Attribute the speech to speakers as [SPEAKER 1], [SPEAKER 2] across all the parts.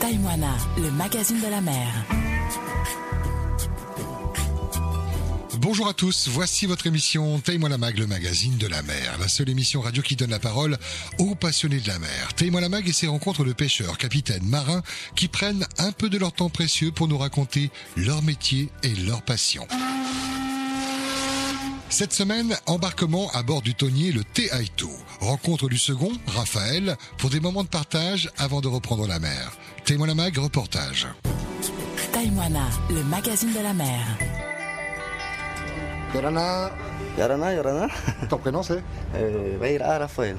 [SPEAKER 1] Taïmoana, le magazine de la mer.
[SPEAKER 2] Bonjour à tous, voici votre émission Taille-moi la mag, le magazine de la mer, la seule émission radio qui donne la parole aux passionnés de la mer. Taille-moi la mag et ses rencontres de pêcheurs, capitaines, marins qui prennent un peu de leur temps précieux pour nous raconter leur métier et leur passion. Cette semaine, embarquement à bord du tonnier le Tehaito. Rencontre du second, Raphaël, pour des moments de partage avant de reprendre la mer. Témoin la mag, reportage.
[SPEAKER 1] Taïmoana, le magazine de la mer.
[SPEAKER 2] Yorana,
[SPEAKER 3] Yorana, Yorana.
[SPEAKER 2] ton prénom c'est
[SPEAKER 3] Euh, Veira Raphaël.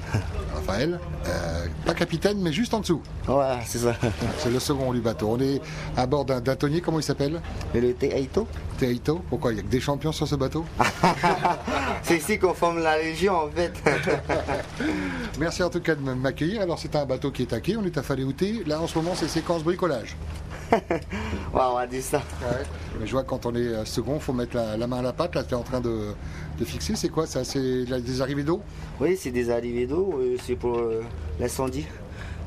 [SPEAKER 2] Raphaël. Euh, pas capitaine, mais juste en dessous.
[SPEAKER 3] Ouais, Oh, ah, c'est ça.
[SPEAKER 2] C'est le second du bateau. On est à bord d'un d'un tonnier, comment il s'appelle
[SPEAKER 3] Et le thé Aïto
[SPEAKER 2] Tehaito. Pourquoi Il y a que des champions sur ce bateau
[SPEAKER 3] C'est ici qu'on forme la région en fait.
[SPEAKER 2] Merci en tout cas de m- m'accueillir. Alors c'est un bateau qui est à quai, on est à Faléouté. Là en ce moment c'est séquence bricolage.
[SPEAKER 3] Ouais, on va dire ça.
[SPEAKER 2] Mais je vois que quand on est euh, second, faut mettre la, la main à la pâte. Là, tu es en train de, de fixer. C'est quoi ça C'est la- des arrivées d'eau
[SPEAKER 3] Oui, c'est des arrivées d'eau, euh, c'est pour euh, l'incendie.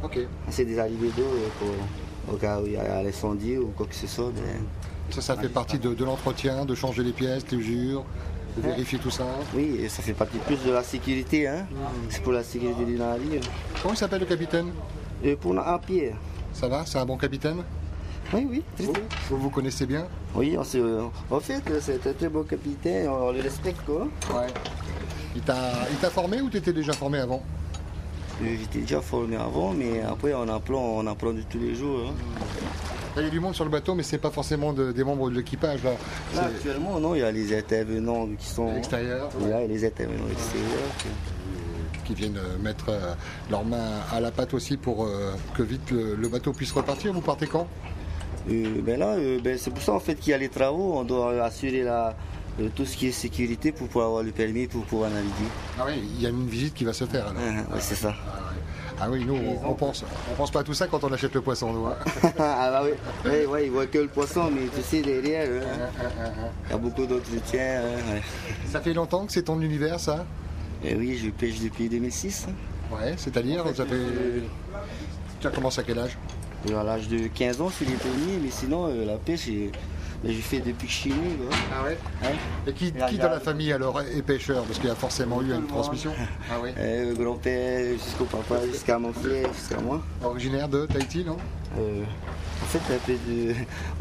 [SPEAKER 2] Ok.
[SPEAKER 3] C'est des arrivées d'eau euh, pour au cas où il y a l'incendie ou quoi que ce soit. ben,
[SPEAKER 2] Ça, ça fait partie de, de l'entretien, de changer les pièces, les usures, de vérifier tout ça.
[SPEAKER 3] Oui, et ça fait partie plus de la sécurité. Hein. C'est pour la sécurité du navire.
[SPEAKER 2] Comment il s'appelle le capitaine
[SPEAKER 3] Et pour un pierre.
[SPEAKER 2] Ça va C'est un bon capitaine
[SPEAKER 3] Oui, oui. très-
[SPEAKER 2] Vous vous, vous connaissez bien
[SPEAKER 3] Oui, on se... en fait, c'est un très beau capitaine, on le respecte quoi.
[SPEAKER 2] Ouais. Il t'a il t'a formé ou t'étais déjà formé avant
[SPEAKER 3] Euh, J'étais déjà formé avant, mais après on apprend, on apprend de tous les jours. hein.
[SPEAKER 2] Là, Il y a du monde sur le bateau, mais c'est pas forcément de- des membres de l'équipage là.
[SPEAKER 3] Là,
[SPEAKER 2] C'est
[SPEAKER 3] actuellement, non, il y a les intervenants qui sont.
[SPEAKER 2] l'extérieur.
[SPEAKER 3] Il y a les intervenants extérieurs. que-
[SPEAKER 2] qui viennent euh, mettre euh, leurs mains à la pâte aussi pour euh, que vite le, le bateau puisse repartir. Vous partez quand
[SPEAKER 3] Euh, ben là, euh, ben, c'est pour ça en fait qu'il y a les travaux. On doit assurer la, euh, tout ce qui est sécurité pour pouvoir avoir le permis pour pouvoir naviguer.
[SPEAKER 2] Ah oui, il y a une visite qui va se faire alors.
[SPEAKER 3] Ouais, c'est ça.
[SPEAKER 2] Ah oui, nous on, on pense, on pense pas à tout ça quand on achète le poisson, nous. hein.
[SPEAKER 3] ah bah oui, ouais, ouais, ils voient que le poisson, mais tu sais derrière, hein, il y a beaucoup d'entretiens. hein, ouais.
[SPEAKER 2] ça fait longtemps que c'est ton univers, ça.
[SPEAKER 3] Et oui, je pêche depuis 2006. hein.
[SPEAKER 2] Ouais, c'est-à-dire, ça fait. Tu as commencé à quel âge
[SPEAKER 3] Et à l'âge de 15 ans, je suis les premiers, mais sinon, euh, la pêche, euh, ben, je fais depuis que je suis né, quoi.
[SPEAKER 2] Ah ouais.
[SPEAKER 3] Hein
[SPEAKER 2] Et qui,
[SPEAKER 3] Regarde.
[SPEAKER 2] qui dans la famille alors est pêcheur Parce qu'il y a forcément eu une transmission. Ah oui.
[SPEAKER 3] Euh, grand-père, jusqu'au papa, jusqu'à mon frère, jusqu'à moi.
[SPEAKER 2] Originaire de Tahiti, non
[SPEAKER 3] Euh, en fait, un peu de.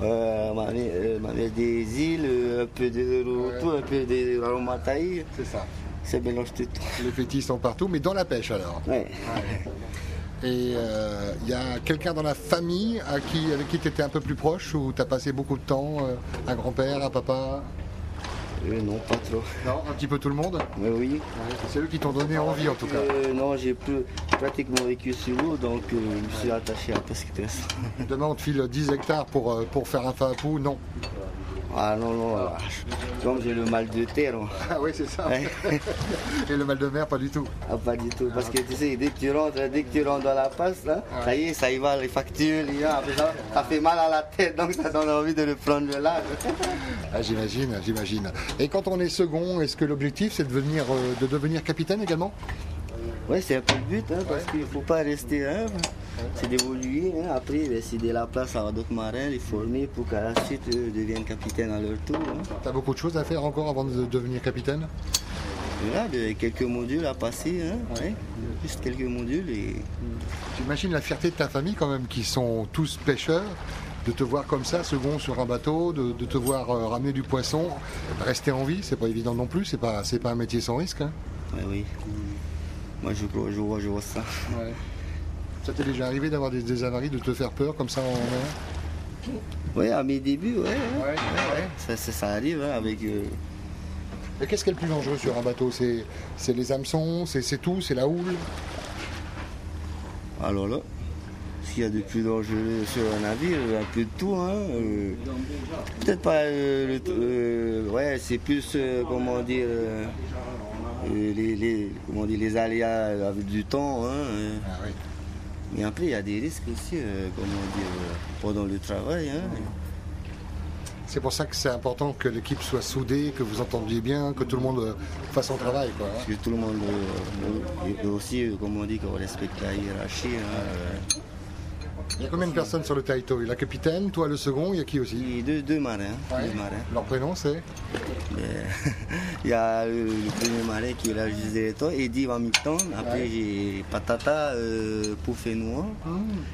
[SPEAKER 3] euh, ma, mère, euh, ma mère des îles, euh, un peu de Roto, un peu de Aromataï,
[SPEAKER 2] C'est ça.
[SPEAKER 3] ça mélange tout.
[SPEAKER 2] Les fétis sont partout, mais dans la pêche alors.
[SPEAKER 3] Ouais.
[SPEAKER 2] Et euh, il y a quelqu'un dans la famille à qui, avec qui tu étais un peu plus proche, où tu as passé beaucoup de temps euh, Un grand-père, un papa
[SPEAKER 3] Euh, non, pas trop.
[SPEAKER 2] Non, un petit peu tout le monde
[SPEAKER 3] Mais oui.
[SPEAKER 2] C'est eux qui t'ont donné envie en tout cas.
[SPEAKER 3] Euh, non, j'ai plus- pratiquement vécu sur l'eau, donc euh, je me suis attaché à presque personne.
[SPEAKER 2] Demain on te file 10 hectares pour, euh, pour faire un fapou, non.
[SPEAKER 3] Ah non, non, ah, je- comme j'ai le mal de terre. moi.
[SPEAKER 2] Ah oui, c'est ça.
[SPEAKER 3] Ouais.
[SPEAKER 2] Et le mal de mer, pas du tout.
[SPEAKER 3] Ah, pas du tout, parce que tu sais, dès que tu rentres, dès que tu rentres dans la passe, là, ça y est, ça y va, les factures, les gens, après ça, ça fait mal à la tête, donc ça donne envie de reprendre le large.
[SPEAKER 2] Ah, j'imagine, j'imagine. Et quand on est second, est-ce que l'objectif c'est de, venir, euh, de devenir capitaine également
[SPEAKER 3] Ouais, c'est un peu le but, hein, parce qu'il ne faut pas rester humble, c'est d'évoluer, hein. après, ben, c'est de la place à d'autres marins, les former pour qu'à la suite, eux, deviennent capitaines à leur tour. hein.
[SPEAKER 2] T'as beaucoup de choses à faire encore avant de devenir capitaine
[SPEAKER 3] Et là, ben, quelques modules à passer, hein, ouais, juste quelques modules et.
[SPEAKER 2] J'imagine la fierté de ta famille quand même, qui sont tous pêcheurs, de te voir comme ça, second sur un bateau, de, de te voir euh, ramener du poisson, rester en vie, c'est pas évident non plus, c'est pas, c'est pas un métier sans risque. hein.
[SPEAKER 3] Ouais, oui. Moi, je, crois- je vois, je vois ça.
[SPEAKER 2] Ça t'est déjà arrivé d'avoir des, des avaries, de te faire peur comme ça en mer
[SPEAKER 3] Ouais, à mes débuts, ouais, ouais.
[SPEAKER 2] ouais,
[SPEAKER 3] Ça, ça, ça arrive hein, avec. euh,
[SPEAKER 2] Et qu'est-ce qui est le plus dangereux sur un bateau c'est, c'est les hameçons, c'est, c'est tout, c'est la houle
[SPEAKER 3] Alors là, ce qu'il y a de plus dangereux sur un navire, un peu de tout, hein. euh, Peut-être pas euh, le t- euh, ouais, c'est plus euh, comment dire euh, euh, les, les- comment dire, les aléas euh, du temps, hein. euh.
[SPEAKER 2] Ah oui.
[SPEAKER 3] Mais après il y a des risques aussi, euh, comment dire, euh, pendant le travail, hein.
[SPEAKER 2] C'est pour ça que c'est important que l'équipe soit soudée, que vous entendiez bien, que tout le monde euh, fasse son travail. Quoi, hein.
[SPEAKER 3] Parce que tout le monde euh, euh, et aussi, euh, comment dire, qu'on respecte la hiérarchie, hein, euh,
[SPEAKER 2] Il y a combien de personnes sur le Taito Il y a le capitaine, toi le second, il y a qui aussi
[SPEAKER 3] euh, Et Deux, deux marins.
[SPEAKER 2] Ouais.
[SPEAKER 3] deux marins.
[SPEAKER 2] Leur prénom c'est
[SPEAKER 3] Mais, Euh, Il y a le, le premier marin qui est là juste derrière toi, Eddie Van Micton. Après, j'ai Patata euh, Poufenois.
[SPEAKER 2] Ah.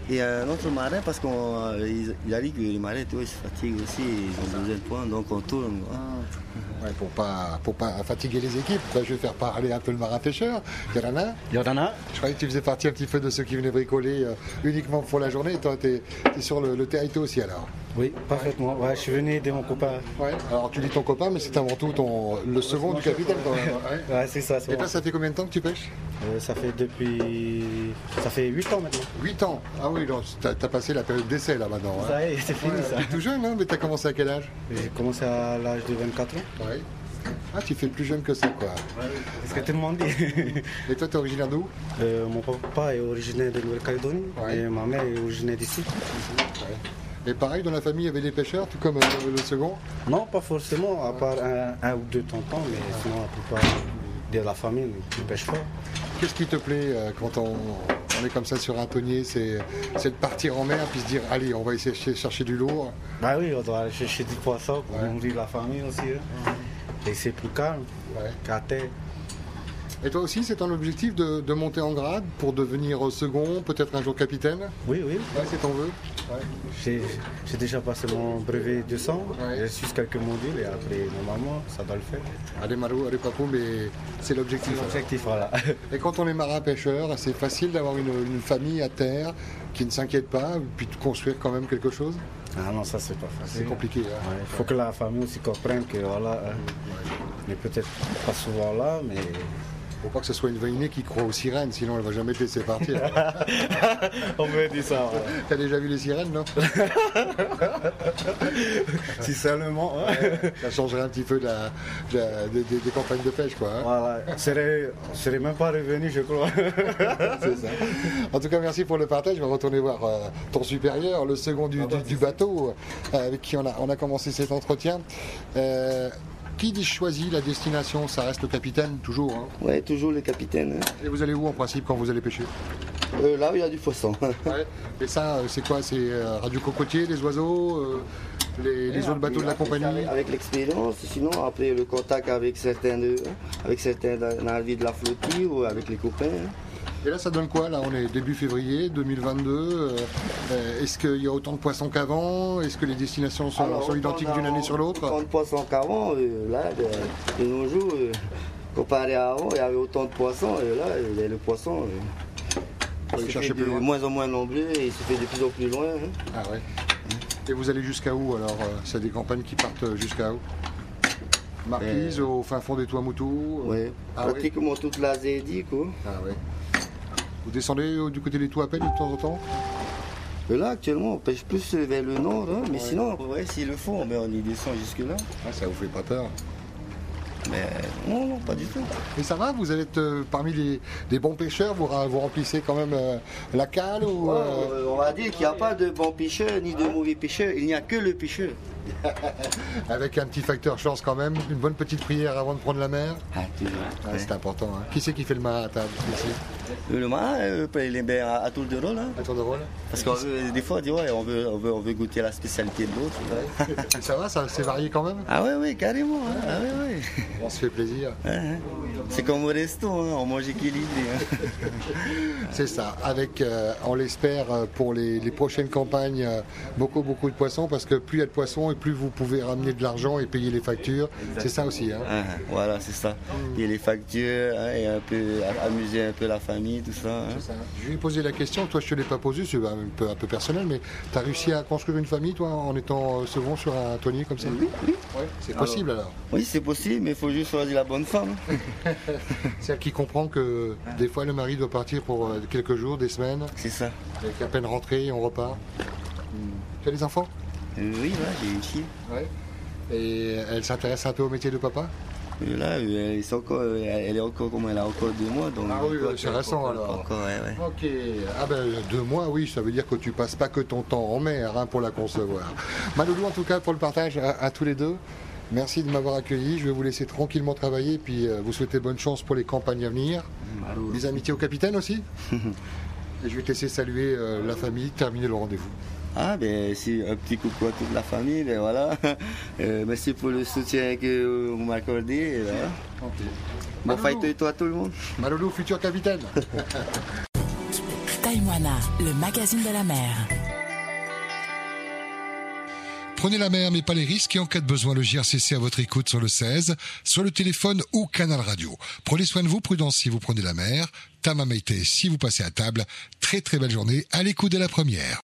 [SPEAKER 3] Et un autre marin, parce euh, qu'il a dit que les marins, tu vois, ils se fatiguent aussi, ils ont besoin de points, donc on tourne. hein. quoi.
[SPEAKER 2] Ah. Ouais, pour pas pour pas fatiguer les équipes, bah, je vais faire parler un peu le marin pêcheur. Yarana,
[SPEAKER 4] Jordana
[SPEAKER 2] je croyais que tu faisais partie un petit peu de ceux qui venaient bricoler euh, uniquement pour la journée. Et toi, t'es es sur le, le Taito aussi alors.
[SPEAKER 4] Oui, parfaitement. Ouais, je suis venu aider mon copain.
[SPEAKER 2] Ouais. Alors tu dis ton copain, mais c'est avant tout ton le second du capitaine quand même. Ouais.
[SPEAKER 4] Ouais, c'est ça,
[SPEAKER 2] Et
[SPEAKER 4] c'est
[SPEAKER 2] toi,
[SPEAKER 4] bon.
[SPEAKER 2] ça fait combien de temps que tu pêches
[SPEAKER 4] Euh, ça fait depuis. Ça fait 8 ans maintenant.
[SPEAKER 2] 8 ans. Ah oui, donc t'as as passé la période d'essai là maintenant. hein.
[SPEAKER 4] Ça y est, c'est fini ça.
[SPEAKER 2] T'es tout jeune, hein, mais t'as commencé à quel âge
[SPEAKER 4] J'ai commencé à l'âge de 24 ans.
[SPEAKER 2] Ouais. Ah, tu fais plus jeune que ça, quoi.
[SPEAKER 4] C'est ce que tout le monde dit.
[SPEAKER 2] Et toi, t'es originaire d'où
[SPEAKER 4] Euh, mon papa est originaire de Nouvelle-Calédonie
[SPEAKER 2] Ouais.
[SPEAKER 4] et ma mère est originaire d'ici.
[SPEAKER 2] Et pareil, dans la famille, il y avait des pêcheurs, tout comme euh, le second.
[SPEAKER 4] Non, pas forcément, à part un, un ou deux tontons, mais sinon la plupart de la famille ne pêche pas.
[SPEAKER 2] Qu'est-ce qui te plaît euh, quand on, on est comme ça sur un tonnier C'est c'est de partir en mer puis se dire, allez, on va essayer de chercher du lourd.
[SPEAKER 4] Bah oui, on doit aller chercher du poisson pour nourrir la famille aussi. hein. Et c'est plus calme
[SPEAKER 2] Ouais.
[SPEAKER 4] qu'à terre.
[SPEAKER 2] Et toi aussi, c'est ton objectif de, de monter en grade pour devenir euh, second, peut-être un jour capitaine
[SPEAKER 4] Oui, oui,
[SPEAKER 2] Ouais, c'est ton vœu.
[SPEAKER 4] j'ai j'ai déjà passé mon brevet de sang,
[SPEAKER 2] Ouais.
[SPEAKER 4] j'ai juste quelques modules et après, normalement, ça doit le faire.
[SPEAKER 2] Allez, Marou, allez, Papou, mais c'est l'objectif.
[SPEAKER 4] C'est l'objectif, voilà.
[SPEAKER 2] Et quand on est marin-pêcheur, c'est facile d'avoir une, une famille à terre qui ne s'inquiète pas, puis de construire quand même quelque chose
[SPEAKER 4] Ah non, ça c'est pas facile.
[SPEAKER 2] C'est compliqué. hein.
[SPEAKER 4] Il faut que la famille aussi comprenne que voilà, hein, on est peut-être pas souvent là, mais
[SPEAKER 2] Faut pas que ce soit une veillée qui croit aux sirènes, sinon elle va jamais te laisser partir.
[SPEAKER 4] on me dit ça. voilà.
[SPEAKER 2] T'as déjà vu les sirènes, non
[SPEAKER 4] si seulement. hein.
[SPEAKER 2] Ça changerait un petit peu de la- de la- des- des- des campagnes de pêche, quoi. hein.
[SPEAKER 4] Voilà, on serait, on serait même pas revenu, je crois.
[SPEAKER 2] En tout cas, merci pour le partage. Je vais retourner voir euh, ton supérieur, le second du, du- du bateau, euh, avec qui on a, on a commencé cet entretien. Euh, qui dit choisit la destination Ça reste le capitaine, toujours. hein.
[SPEAKER 3] Ouais, toujours les capitaines. hein.
[SPEAKER 2] Et vous allez où en principe quand vous allez pêcher
[SPEAKER 3] Euh, là, il y a du poisson.
[SPEAKER 2] Et ça, euh, c'est quoi C'est euh, radio cocotier, les oiseaux, euh, les, Ah, les autres bateaux de la compagnie
[SPEAKER 3] Avec, avec l'expérience, sinon après le contact avec certains, de, avec certains na- navires de la flottille ou avec les copains. hein.
[SPEAKER 2] Et là, ça donne quoi Là, on est début février 2022. euh, euh, Est-ce qu'il y a autant de poissons qu'avant Est-ce que les destinations sont,
[SPEAKER 3] Alors,
[SPEAKER 2] sont
[SPEAKER 3] autant
[SPEAKER 2] identiques d'une
[SPEAKER 3] d'avant-
[SPEAKER 2] année sur l'autre
[SPEAKER 3] Autant de poissons qu'avant, euh, là, de, de nos jours, euh, comparé à avant, il y avait autant de poissons, et là, il y a le poisson. euh,
[SPEAKER 2] Faut aller
[SPEAKER 3] se
[SPEAKER 2] chercher
[SPEAKER 3] fait
[SPEAKER 2] plus
[SPEAKER 3] de
[SPEAKER 2] loin.
[SPEAKER 3] moins en moins nombreux et il se fait de plus en plus loin. hein.
[SPEAKER 2] Ah ouais. Et vous allez jusqu'à où alors euh, C'est des campagnes qui partent jusqu'à où Marquise, au fin fond des Toits-Moutous euh,
[SPEAKER 3] Euh, Ouais.
[SPEAKER 2] Ah oui.
[SPEAKER 3] Pratiquement toute la Zédie, quoi.
[SPEAKER 2] Ah ouais. Vous descendez euh, du côté des Toits à peine de temps en temps
[SPEAKER 3] Et là, actuellement, on pêche plus euh, vers le nord, hein, mais sinon, ouais, s'il le faut, ben, on y descend jusque-là.
[SPEAKER 2] ah, Ça vous fait pas peur
[SPEAKER 3] Mais non, non, pas du tout.
[SPEAKER 2] Et ça va Vous êtes euh, parmi les, les bons pêcheurs vous, ra- vous remplissez quand même euh, la cale ou,
[SPEAKER 3] Ouais,
[SPEAKER 2] euh,
[SPEAKER 3] euh, on va dire qu'il n'y a pas de bon pêcheur ni de mauvais pêcheur, il n'y a que le pêcheur.
[SPEAKER 2] Avec un petit facteur chance quand même, une bonne petite prière avant de prendre la mer
[SPEAKER 3] Ah, tu vois.
[SPEAKER 2] Ah,
[SPEAKER 3] Ouais.
[SPEAKER 2] C'est important. hein. Qui c'est qui fait le marin à table ici
[SPEAKER 3] Le marin, euh, il est bien à, à tour de rôle. hein.
[SPEAKER 2] À tour de rôle
[SPEAKER 3] Parce que des fois, on dit, ouais, on veut, on veut, on veut goûter la spécialité de l'autre.
[SPEAKER 2] Et Ça va ça- C'est varié quand même
[SPEAKER 3] Ah ouais, ouais, carrément. hein. Ah ouais, ouais.
[SPEAKER 2] On se fait plaisir.
[SPEAKER 3] Hein, hein. C'est comme au resto, hein, on mange équilibré. hein.
[SPEAKER 2] C'est ça, avec, euh, on l'espère, euh, pour les, les prochaines campagnes, euh, beaucoup, beaucoup de poissons, parce que plus il y a de poissons et plus vous pouvez ramener de l'argent et payer les factures. C'est ça aussi. hein.
[SPEAKER 3] Ah, voilà, c'est ça. Et les factures, hein, et un peu a- amuser un peu la famille, tout ça. hein.
[SPEAKER 2] Je lui ai posé la question, toi je te l'ai pas posée, c'est un peu, un peu personnel, mais tu as réussi à construire une famille, toi, en étant euh, second sur un tonnier comme ça Oui, C'est possible alors.
[SPEAKER 3] Oui, c'est possible, mais il faut juste choisir la bonne femme. hein.
[SPEAKER 2] Celle qui comprend que des fois le mari doit partir pour euh, quelques jours, des semaines,
[SPEAKER 3] C'est ça.
[SPEAKER 2] et qu'à peine rentré, on repart. Tu as des enfants
[SPEAKER 3] Euh, oui, là, j'ai une fille.
[SPEAKER 2] Oui. Et elle s'intéresse un peu au métier de papa
[SPEAKER 3] Euh, Là, euh, elle est encore, euh, elle est encore, comme elle a encore deux mois. Donc,
[SPEAKER 2] Ah oui,
[SPEAKER 3] encore-
[SPEAKER 2] c'est récent, alors.
[SPEAKER 3] Encore, ouais, ouais.
[SPEAKER 2] Ok, ah ben deux mois, oui, ça veut dire que tu passes pas que ton temps en mer hein, pour la concevoir. Maloulou, en tout cas, pour le partage à, à tous les deux. Merci de m'avoir accueilli. Je vais vous laisser tranquillement travailler, puis euh, vous souhaiter bonne chance pour les campagnes à venir. Des amitiés au capitaine aussi. Et je vais te laisser saluer euh, la famille, terminer le rendez-vous.
[SPEAKER 3] Ah ben si un petit coucou à toute la famille, ben voilà. Euh, merci pour le soutien que vous m'accordez. et voilà. Bon
[SPEAKER 2] Maloulou.
[SPEAKER 3] fight et toi tout le monde.
[SPEAKER 2] Maloulou, futur capitaine.
[SPEAKER 1] Taïwana, le magazine de la mer.
[SPEAKER 2] Prenez la mer, mais pas les risques, et en cas de besoin, le JRCC à votre écoute sur le 16, sur le téléphone ou canal radio. Prenez soin de vous, prudence si vous prenez la mer, Tamamaité si vous passez à table. Très très belle journée, à l'écoute de la première.